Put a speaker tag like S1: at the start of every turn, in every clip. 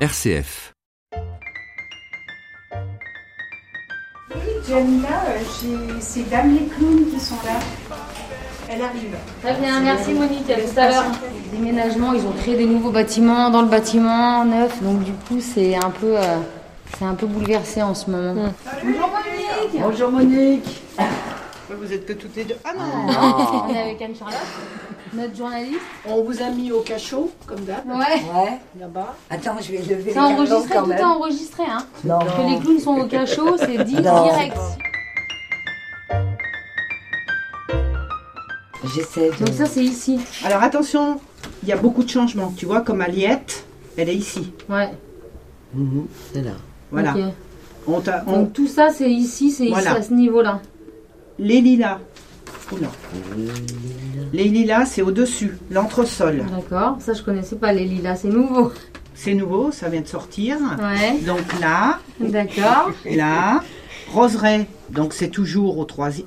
S1: RCF.
S2: Oui, Jamila, euh, j'ai- c'est Dame les clowns qui sont là. Elle arrive.
S3: Très bien, merci Monique. À tout à l'heure. Déménagement, ils ont créé des nouveaux bâtiments dans le bâtiment neuf, donc du coup c'est un peu, euh, c'est un peu bouleversé en ce moment.
S4: Bonjour Monique Vous êtes que toutes les deux. Ah non
S3: On est avec Anne Charlotte, notre journaliste.
S4: On vous a mis au cachot, comme d'hab,
S3: Ouais.
S5: Ouais.
S4: là-bas.
S5: Attends, je vais lever le
S3: C'est
S5: carton
S3: enregistré,
S5: quand
S3: tout est
S5: même.
S3: enregistré. Hein.
S5: Non.
S3: Que les clowns sont au cachot, c'est dit
S5: Non.
S3: direct.
S5: J'essaie de...
S3: Donc ça c'est ici.
S4: Alors attention, il y a beaucoup de changements. Tu vois, comme Aliette, elle est ici.
S3: Ouais.
S5: Mhm, c'est là.
S4: Voilà.
S3: ok.
S4: On t'a- on-
S3: Donc tout ça c'est ici, c'est ici
S4: Voilà.
S3: à ce niveau-là.
S4: Les lilas. Oula. Les lilas, c'est au-dessus, l'entresol.
S3: D'accord. Ça je connaissais pas les lilas, c'est nouveau.
S4: C'est nouveau, ça vient de sortir.
S3: Ouais.
S4: Donc là,
S3: D'accord.
S4: là, roseraie. Donc c'est toujours au troisième.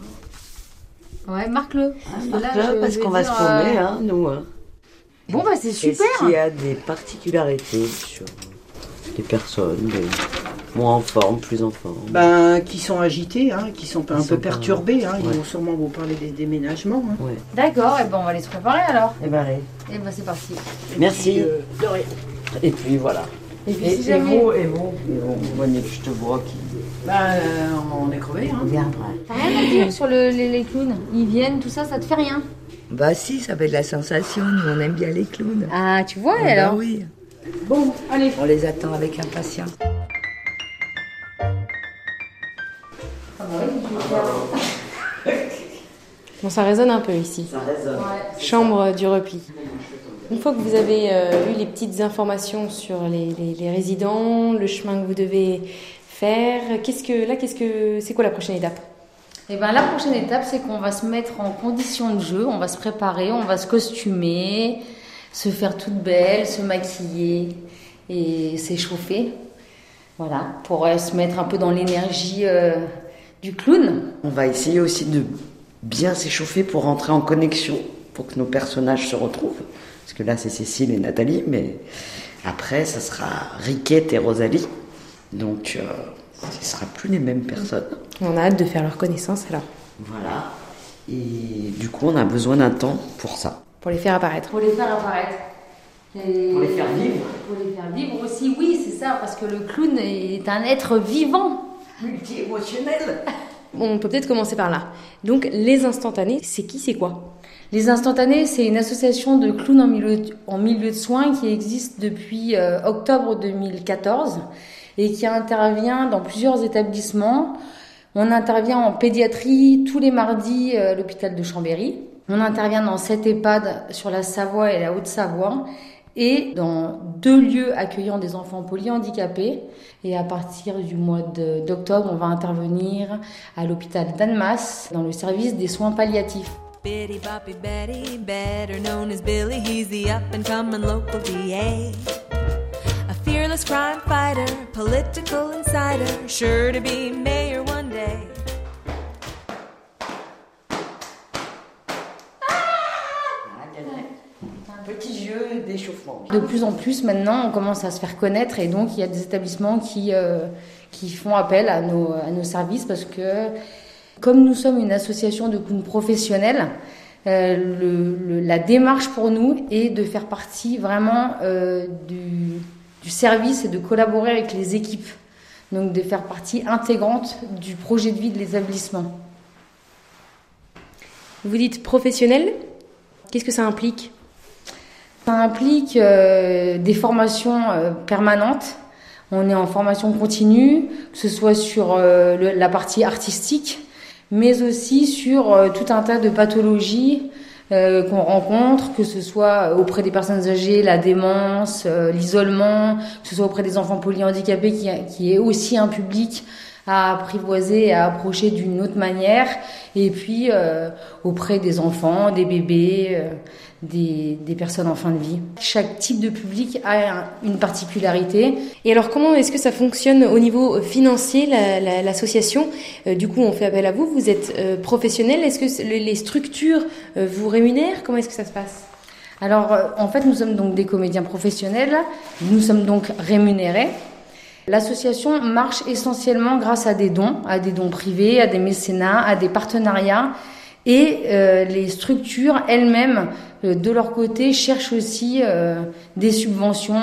S3: Ouais, marque-le. que là, je
S5: Ah, parce
S3: vais
S5: qu'on va se
S3: dire,
S5: promener,
S3: euh,
S5: hein, nous. Hein.
S3: Bon bah c'est super.
S5: Est-ce qu'il y a des particularités sur les personnes des- moins en forme, plus en forme
S6: Bah.
S4: Ben, qui sont agités, hein, qui sont un
S5: Ils sont
S4: peu
S5: pas-
S4: perturbés. hein. Ils
S5: Ouais.
S4: vont sûrement vous parler des déménagements. hein.
S5: Ouais.
S3: D'accord. Et ben on va aller se préparer alors.
S5: Eh ben, allez.
S3: Et ben c'est parti.
S5: Merci.
S4: Et, euh, de rien.
S5: Et puis voilà.
S3: Et puis si
S5: et
S3: jamais.
S5: vous, et vous, et vous, Monique, je te vois qui...
S4: Bah, euh, on est crevé, hein.
S5: Bien, ouais.
S3: T'as rien à dire sur le- les, les clowns Ils viennent, tout ça, ça te fait rien
S6: Bah si, ça fait de la sensation, nous on aime bien les clowns.
S3: Ah, tu vois
S6: Ah
S3: alors
S6: oui,
S4: Bon, allez.
S6: on les attend avec impatience.
S7: Bon, ça résonne un peu ici. Chambre du repli. Une fois que vous avez euh, eu les petites informations sur les, les- les résidents, le chemin que vous devez faire, qu'est-ce que là, qu'est-ce que c'est quoi la prochaine étape
S3: Et ben la prochaine étape, c'est qu'on va se mettre en condition de jeu, on va se préparer, on va se costumer, se faire toute belle, se maquiller et s'échauffer. Voilà, pour euh, se mettre un peu dans l'énergie euh, du clown.
S8: On va essayer aussi de bien s'échauffer pour rentrer en connexion, pour que nos personnages se retrouvent. Parce que là, c'est Cécile et Nathalie, mais après, ça sera Riquette et Rosalie. Donc, euh, ce ne sera plus les mêmes personnes.
S7: On a hâte de faire leur connaissance alors,
S8: Voilà. Et du coup, on a besoin d'un temps pour ça.
S7: pour les faire apparaître.
S3: Pour les faire apparaître. Et-
S8: Pour les faire vivre.
S3: Pour les faire vivre aussi, oui, c'est ça, parce que le clown est un être vivant.
S8: Multi-émotionnel
S7: On peut peut-être commencer par là. Donc les instantanés, c'est qui, c'est quoi
S3: Les Instantanés, c'est une association de clowns en milieu, en milieu de soins qui existe depuis euh, octobre 2014 et qui intervient dans plusieurs établissements. On intervient en pédiatrie tous les mardis euh, à l'hôpital de Chambéry. On intervient dans sept EHPAD sur la Savoie et la Haute-Savoie et dans deux lieux accueillant des enfants polyhandicapés. Et à partir du mois de- d'octobre, on va intervenir à l'hôpital d'Annemasse dans le service des soins palliatifs.
S9: Bitty Boppy Betty, better known as Billy, he's the up and coming local DA. A fearless crime fighter, political insider, sure to be mayor one day.
S8: Un petit jeu d'échauffement.
S3: De plus en plus maintenant, on commence à se faire connaître et donc il y a des établissements qui, euh, qui font appel à nos, à nos services parce que comme nous sommes une association de clowns professionnels, euh, le- le- la démarche pour nous est de faire partie vraiment euh, du, du service et de collaborer avec les équipes. Donc de faire partie intégrante du projet de vie de l'établissement.
S7: Vous dites professionnel Qu'est-ce que ça implique
S3: Ça implique euh, des formations euh, permanentes. On est en formation continue, que ce soit sur euh, le- la partie artistique, mais aussi sur euh, tout un tas de pathologies euh, qu'on rencontre, que ce soit auprès des personnes âgées, la démence, euh, l'isolement, que ce soit auprès des enfants polyhandicapés, qui, qui est aussi un public à apprivoiser et à approcher d'une autre manière, et puis euh, auprès des enfants, des bébés. euh, des, des personnes en fin de vie. Chaque type de public a un- une particularité.
S7: Et alors, comment est-ce que ça fonctionne au niveau financier, la- la- l'association Euh, Du coup, on fait appel à vous, vous êtes euh, professionnel. Est-ce que c'est- les les structures euh, vous rémunèrent Comment est-ce que ça se passe
S3: Alors, euh, en fait, nous sommes donc des comédiens professionnels, nous sommes donc rémunérés. L'association marche essentiellement grâce à des dons, à des dons privés, à des mécénats, à des partenariats. Et euh, les structures elles-mêmes, euh, de leur côté, cherchent aussi euh, des subventions,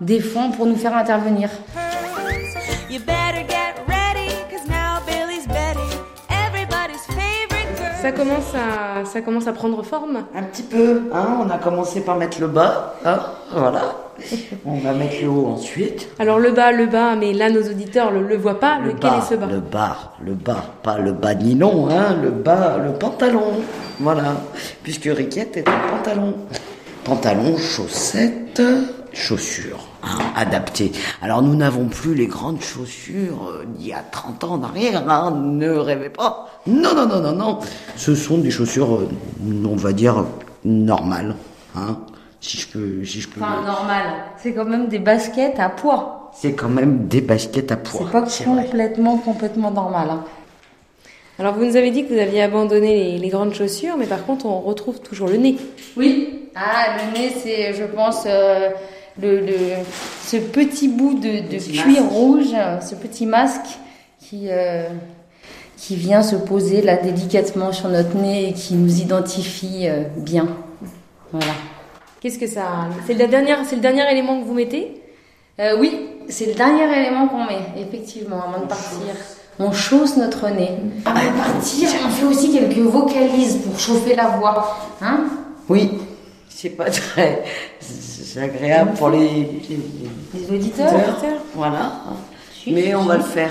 S3: des fonds pour nous faire intervenir.
S9: You better get ready, cause now Billy's Betty, everybody's favorite girl.
S7: Ça commence à, ça commence à prendre forme.
S8: Un petit peu, hein, on a commencé par mettre le bas, hein, voilà. On va mettre le haut ensuite.
S7: Alors le bas, le bas, mais là nos auditeurs le, le voient pas. lequel
S8: bas,
S7: est ce bas
S8: Le bas, le bas, pas le bas nylon, hein, le bas, le pantalon. Voilà, puisque Riquette est un pantalon. Pantalon, chaussettes, chaussures, hein, adaptées. Alors nous n'avons plus les grandes chaussures euh, d'il y a 30 ans en arrière, hein, ne rêvez pas. Non, non, non, non, non. Ce sont des chaussures, euh, on va dire, normales. Hein, si je peux, si je peux.
S3: Enfin, normal. C'est quand même des baskets à poids.
S8: C'est quand même des baskets à poids.
S3: C'est pas
S8: vrai.
S3: complètement, complètement normal. hein.
S7: Alors vous nous avez dit que vous aviez abandonné les, les grandes chaussures, mais par contre on retrouve toujours le nez.
S3: Oui. Ah, le nez, c'est, je pense, euh, le, le- ce petit bout de, de cuir rouge, euh, ce petit masque qui, euh, qui vient se poser là délicatement sur notre nez et qui nous identifie euh, bien. Voilà.
S7: Qu'est-ce que ça C'est la dernière, c'est le dernier élément que vous mettez.
S3: Euh, oui, c'est le dernier élément qu'on met, effectivement, avant de partir. On chausse notre nez. Avant de partir, on fait aussi quelques vocalises pour chauffer la voix. Hein
S8: Oui, c'est pas très c'est agréable pour les, les- les
S3: Les auditeurs
S8: auditeurs, Voilà. Mais on va le faire.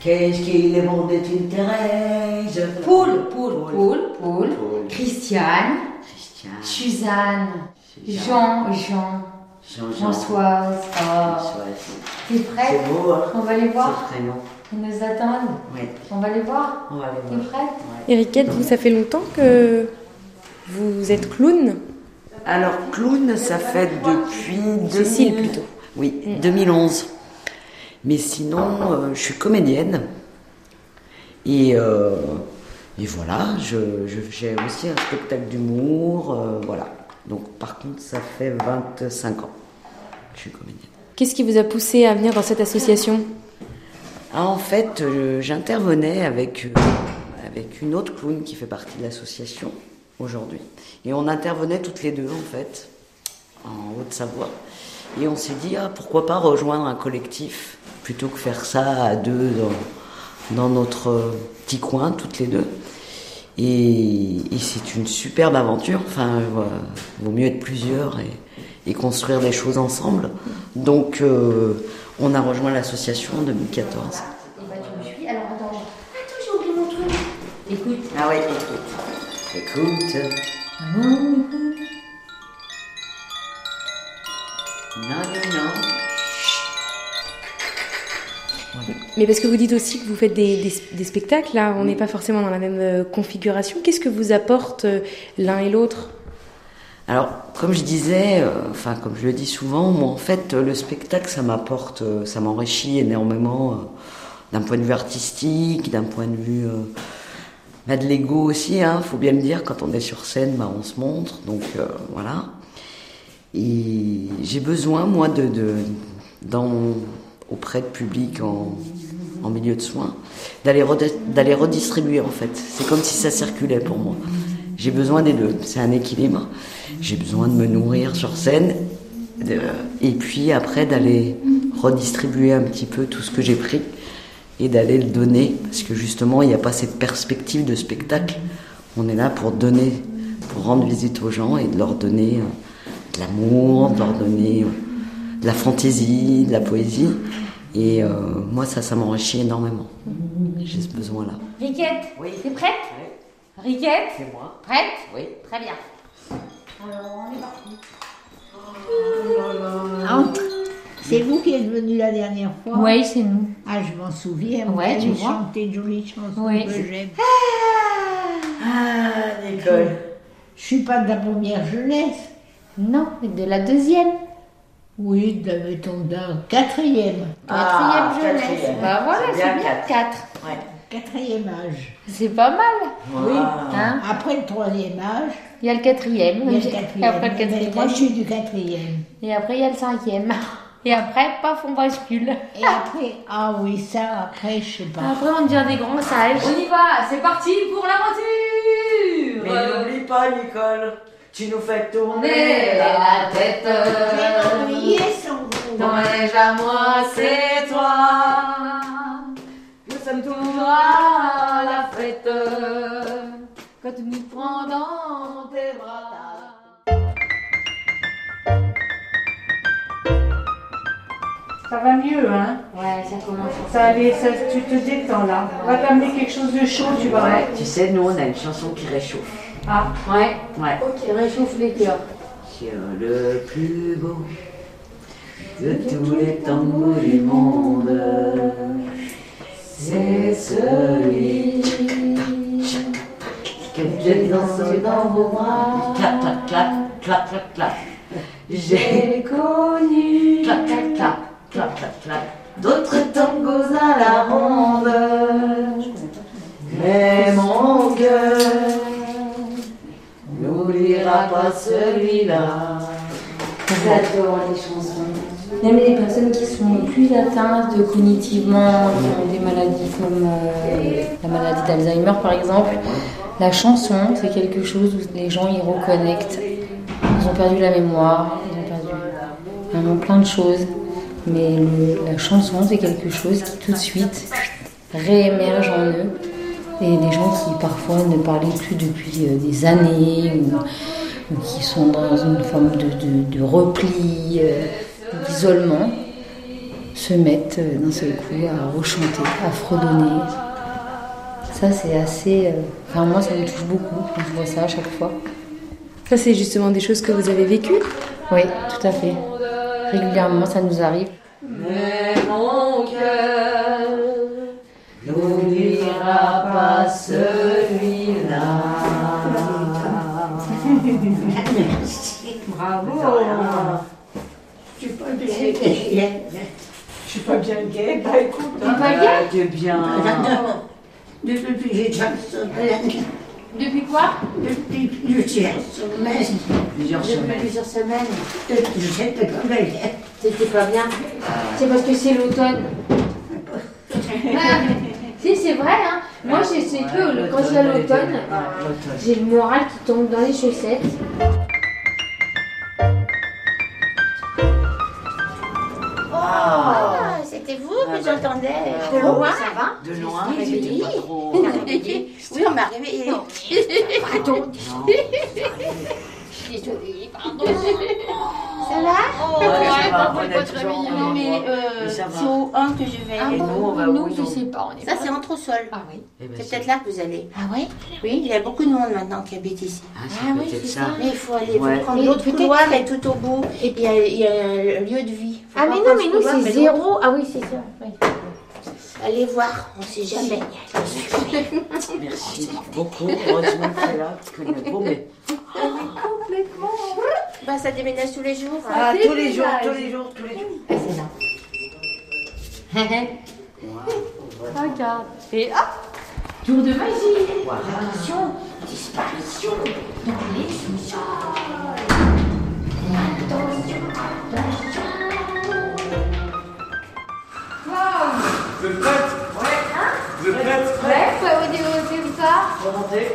S8: Qu'est-ce qu'il est bon d'être une Thérèse
S3: Poule, poule, poule, poule. Christiane. Suzanne. Jean, Jean. Françoise. Oh. T'es prête
S8: C'est beau, hein
S3: On va les
S8: Ce
S3: voir
S8: prénom.
S3: Ils nous attendent.
S8: Ouais,
S3: On va les voir
S8: on va aller
S3: T'es
S8: voir.
S3: prête
S7: Eriquette, vous ça fait longtemps que vous êtes clown.
S8: Alors, clown, ça fait depuis.
S7: Cécile,
S8: 2000
S7: plutôt.
S8: Oui, 2011. Mais sinon, euh, je suis comédienne. Et, euh, et voilà, je- je- j'ai aussi un spectacle d'humour. euh, voilà. Donc, par contre, ça fait 25 ans que je suis comédienne.
S7: Qu'est-ce qui vous a poussé à venir dans cette association
S8: Ah, en fait, euh, j'intervenais avec, euh, avec une autre clown qui fait partie de l'association aujourd'hui. Et on intervenait toutes les deux, en fait, en Haute-Savoie. Et on s'est dit, ah, pourquoi pas rejoindre un collectif plutôt que faire ça à deux dans, dans notre euh, petit coin, toutes les deux. Et, et c'est une superbe aventure. Enfin, euh, vaut mieux être plusieurs et, et construire des choses ensemble. Donc, euh, on a rejoint l'association en 2014.
S3: Et bah tu me suis. Alors attends. Attends, j'ai oublié mon truc. Écoute.
S8: Ah ouais, écoute. Écoute. Non, non, non.
S7: Mais parce que vous dites aussi que vous faites des, des- des spectacles, là on n'est pas forcément dans la même euh, configuration. Qu'est-ce que vous apporte euh, l'un et l'autre
S8: Alors, comme je disais, euh, enfin, comme je le dis souvent, moi, en fait, euh, le spectacle, ça m'apporte, euh, ça m'enrichit énormément euh, d'un point de vue artistique, d'un point de vue. euh, bah, de l'ego aussi, hein, faut bien le dire, quand on est sur scène, bah, on se montre, donc euh, voilà. Et j'ai besoin, moi, de, de- dans, auprès de public en, en milieu de soins, d'aller redi- d'aller redistribuer, en fait. C'est comme si ça circulait pour moi. J'ai besoin des deux, c'est un équilibre. J'ai besoin de me nourrir sur scène, de- et puis après d'aller redistribuer un petit peu tout ce que j'ai pris et d'aller le donner, parce que justement, il n'y a pas cette perspective de spectacle. On est là pour donner, pour rendre visite aux gens et de leur donner euh, de l'amour, de leur donner euh, de la fantaisie, de la poésie. Et euh, moi, ça, ça m'enrichit énormément. J'ai ce besoin-là.
S3: Riquette.
S8: Oui.
S3: T'es prête Riquette.
S8: C'est moi
S3: Prête
S8: Oui.
S3: Très bien. Alors on est parti.
S1: C'est vous qui êtes venu la dernière fois
S10: Oui, c'est nous.
S1: Ah, je m'en souviens.
S10: Ouais,
S1: vous
S10: tu
S1: avez
S10: vois.
S1: chanté une jolie chanson
S10: Ouais.
S1: que j'aime.
S8: Ah, l'école.
S1: Je suis pas de la première jeunesse.
S10: Non, mais de la deuxième.
S1: Oui, de, mettons d'un quatrième.
S10: Quatrième
S8: Ah,
S10: jeunesse.
S8: quatrième.
S10: Bah voilà,
S8: C'est
S10: c'est
S8: bien
S10: bien,
S8: quatre.
S10: quatre.
S8: Ouais.
S1: Quatrième âge.
S10: C'est pas mal.
S1: Oui.
S10: Hein
S1: Après le troisième âge,
S10: Il y a le quatrième.
S1: il y a le
S10: Et
S1: quatrième.
S10: après le
S1: Mais moi, je
S10: quatrième.
S1: suis du quatrième.
S10: Et après, il y a le cinquième. Et après, paf, on bascule.
S1: Et après, ah oui, ça, Bah. après, je sais pas.
S10: Après, on devient des grands sages.
S3: On y va, c'est parti pour l'aventure
S5: Mais n'oublie pas, Nicole, tu nous fais
S3: Tournez
S5: tourner
S3: la tête
S1: J'ai oublié son gros.
S3: dans les à moi, c'est toi. Nous sommes toujours à la fête quand tu nous prends dans tes bras.
S2: Ça va mieux, hein
S10: Ouais, ça commence.
S2: ça, allait- ça- Tu te détends là. On va t'amener quelque chose de chaud, tu vas voir.
S8: Ouais, tu sais, nous, on a une chanson qui réchauffe.
S2: Ah,
S10: Ouais.
S8: Ouais.
S10: Ok, réchauffe les cœurs.
S8: Sur le plus beau de tous les tango du monde, c'est celui que j'ai dansé dans vos bras. Clac, clac, clac, clac, clac, clac. J'ai connu. Clac, clac, clac, clac, clac, clac. D'autres tangos à la ronde, mais mon cœur n'oubliera pas celui-là.
S3: J'adore les chansons. Même les personnes qui sont plus atteintes de cognitivement, qui ont des maladies comme euh, la maladie d'Alzheimer par exemple, la chanson c'est quelque chose où les gens y reconnectent. Ils ont perdu la mémoire, ils ont perdu vraiment plein de choses. Mais le- la chanson c'est quelque chose qui tout de suite réémerge en eux. Et des gens qui parfois ne parlaient plus depuis euh, des années ou ou qui sont dans une forme de, de- de repli, euh, d'isolement, se mettent euh, d'un seul coup à rechanter, à fredonner. Ça, c'est assez. euh, Enfin, moi, ça me touche beaucoup quand je vois ça à chaque fois.
S7: Ça, c'est justement des choses que vous avez vécues.
S3: Oui, tout à fait. Régulièrement, ça nous arrive.
S5: Mais mon cœur n'oubliera pas celui-là.
S1: Bravo. Je suis pas bien.
S2: je suis pas bien gay. Bah écoute, hein.
S5: Ah, de
S3: Bah,
S5: bien.
S1: J'adore. Depuis que j'ai chaque semaine,
S10: Depuis quoi
S1: depuis plusieurs semaines,
S5: Plusieurs
S10: Depuis
S5: semaines.
S10: plusieurs semaines.
S1: depuis que j'étais pas bien.
S10: C'était pas bien. C'est parce que c'est l'automne. Ah, si, c'est vrai, hein. Moi, je sais
S5: Ouais,
S10: que le- quand il y a
S5: l'automne,
S10: l'automne,
S11: Ah,
S5: l'été. Ouais, l'automne.
S10: j'ai le moral qui tombe dans les chaussettes. Ah, c'était vous que
S12: bah.
S10: j'entendais
S12: Ah,
S10: de loin. Ça va
S5: De loin,
S10: Oui,
S5: c'était
S10: oui.
S5: pas trop.
S10: Oui, on m'a réveillée. Pardon. Désolée, pardon. Ça va
S5: Non, mais
S8: euh,
S5: ça va.
S12: un euh, que je vais.
S5: Et nous, on va
S10: Nous,
S5: où,
S10: je
S5: nous
S10: sais pas. On est
S12: Ça,
S10: pas-
S12: c'est Entresol.
S10: Ah oui.
S5: Eh ben,
S12: C'est peut-être là que vous allez.
S10: Ah oui
S12: Oui, il y a beaucoup de monde maintenant qui habite ici.
S5: Ah, c'est peut-être ça.
S12: Mais il faut aller
S5: Ouais.
S12: vous prendre
S10: Mais
S12: l'autre
S10: peut-être
S12: couloir et tout au bout. Et il y a, il y a un lieu de vie. Faut
S10: Ah
S12: pas
S10: mais non,
S12: prendre
S10: mais
S12: ce
S10: nous,
S12: couloir,
S10: c'est
S12: mais
S10: zéro. Ah oui, c'est ça. oui.
S12: l'autre. Allez voir, on sait jamais.
S8: Ah,
S5: Merci beaucoup. Heureusement que t'es là, parce qu'on est beau, mais
S12: Bah, ça déménage tous les jours.
S8: Ah, tous les jours, tous les jours, tous les jours.
S10: Regarde. Et hop Tour de magie Attention, disparition dans les sous-sols Attention, attention
S11: Vous êtes prête Vous êtes prête
S10: Ouais, faut aider ou
S3: Ah,
S10: ça
S5: faut monter.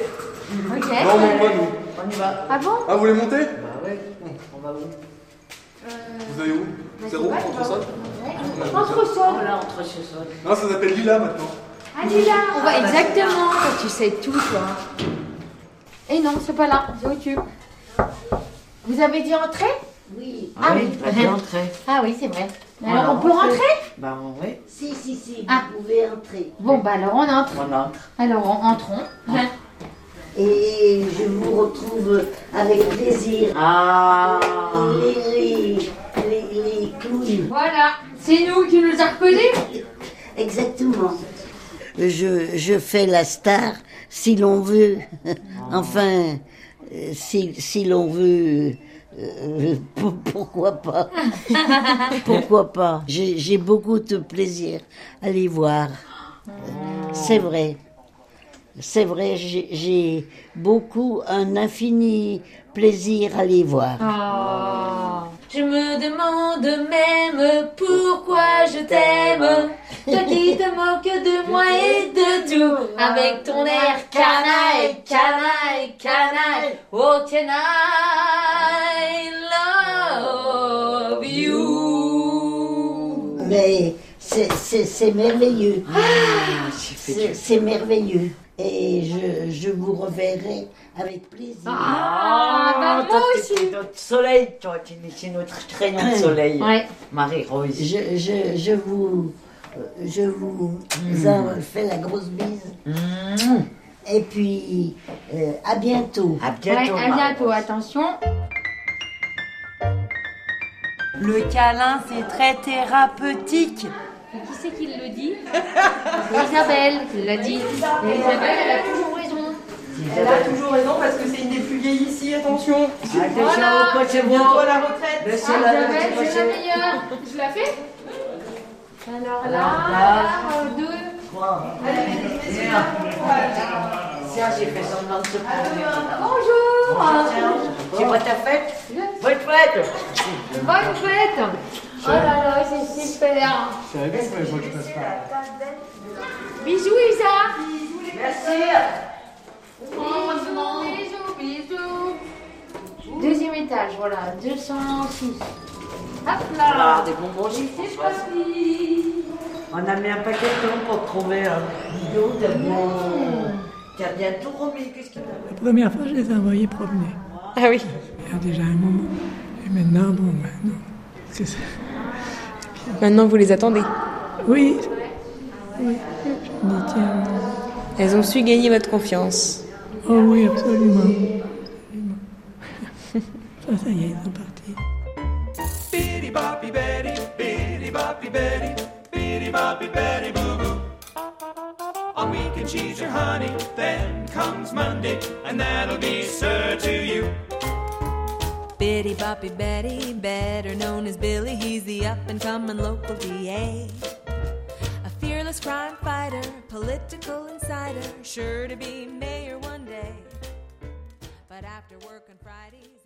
S10: Ok.
S11: Non, non, pas nous.
S5: On y va.
S10: Ah bon
S11: Ah, vous voulez monter
S5: Bah ouais. On va où
S11: Vous allez où Zéro Entre ça
S10: Entre
S5: Oh
S10: sol
S5: là, entre ce sol.
S11: Non, ça s'appelle Lila maintenant.
S10: Allez là On va exactement Toi, Tu sais tout, toi Eh non, c'est pas là, c'est au tube. Vous avez dit entrer
S8: Ah oui, on va bien entrer.
S10: Ah oui, c'est vrai.
S8: On a
S10: Alors, on peut
S8: rentré.
S10: rentrer
S8: Bah on- oui,
S1: Si, si, si,
S10: Ah.
S1: vous pouvez entrer.
S10: Bon, bah alors on entre.
S8: on entre.
S10: Alors, on- entrons.
S3: Bah,
S1: Et je vous retrouve avec plaisir.
S8: Ah
S1: Les, les, les, les
S12: clown.
S3: Voilà, c'est nous qui nous a reconnus.
S12: Exactement. Je, je fais la star si l'on veut. Enfin, euh, si, si l'on veut, euh, pour- pourquoi pas Pourquoi pas J'ai j'ai beaucoup de plaisir à les voir. Euh, C'est vrai. C'est vrai, j'ai- j'ai beaucoup, un infini plaisir à les voir.
S10: Oh.
S3: Je me demande même pourquoi je t'aime. Toi qui te moques de moi et de tout. Avec ton air canaille, canaille, canaille. Oh, can I love you?
S12: Mais c'est- c'est c'est merveilleux.
S8: Ah,
S12: C'est c'est merveilleux. Et je, je vous reverrai avec plaisir.
S3: Ah, bah, moi aussi.
S8: Notre soleil, toi, tu es- c'est notre traînant de soleil.
S3: Ouais.
S8: Marie-Rose.
S12: Je, je, je vous, je vous en fais la grosse bise. Et puis, euh, à bientôt. À
S3: Ouais, à bientôt, attention.
S13: Le câlin, c'est très thérapeutique.
S3: Qui c'est qui le dit Isabelle qui l'a dit.
S13: Isabelle.
S3: Isabelle, elle a toujours raison.
S13: Elle a toujours raison parce que c'est une des plus vieilles ici, attention.
S3: Attention, Voilà. quand c'est bon.
S13: Bientôt à la retraite.
S3: Ah, Isabelle, c'est la meilleure. Je la fais Alors là, un, deux.
S8: Tiens, j'ai fait semblant de te prendre.
S3: Bonjour.
S8: C'est pas ta fête Bonne fête
S3: Bonne fête. Oh là là, c'est super.
S14: C'est la gaffe, mais je vois que je passe pas.
S3: Bisous Isa.
S13: Merci.
S3: Bisous, bisous, bisous. Deuxième étage, voilà, 206. Hop là.
S8: Voilà, des bonbons, j'ai
S3: C'est parti.
S8: On a mis un paquet de temps pour te trouver un vidéo t'as bien... T'as bien tout remis, qu'est-ce qu'il
S15: La première fois, je les ai envoyés promener.
S7: Ah oui.
S15: Il y a déjà un moment. Et maintenant, bon, maintenant, c'est ça.
S7: Maintenant, vous les attendez.
S15: Oui. Oui. Je me dis, tiens,
S7: Elles ont su gagner votre confiance.
S15: oh oui, absolument. Absolument. Ça, ça y est, ils sont partis.
S14: Bitty boppy Betty, bitty boppy Betty, bitty boppy Betty boo boo. On weekend she's your honey, then comes Monday, and that'll be sir to you.
S9: Bitty Boppy Betty, better known as Billy, he's the up and coming local DA. A fearless crime fighter, political insider, sure to be mayor one day. But after work on Fridays,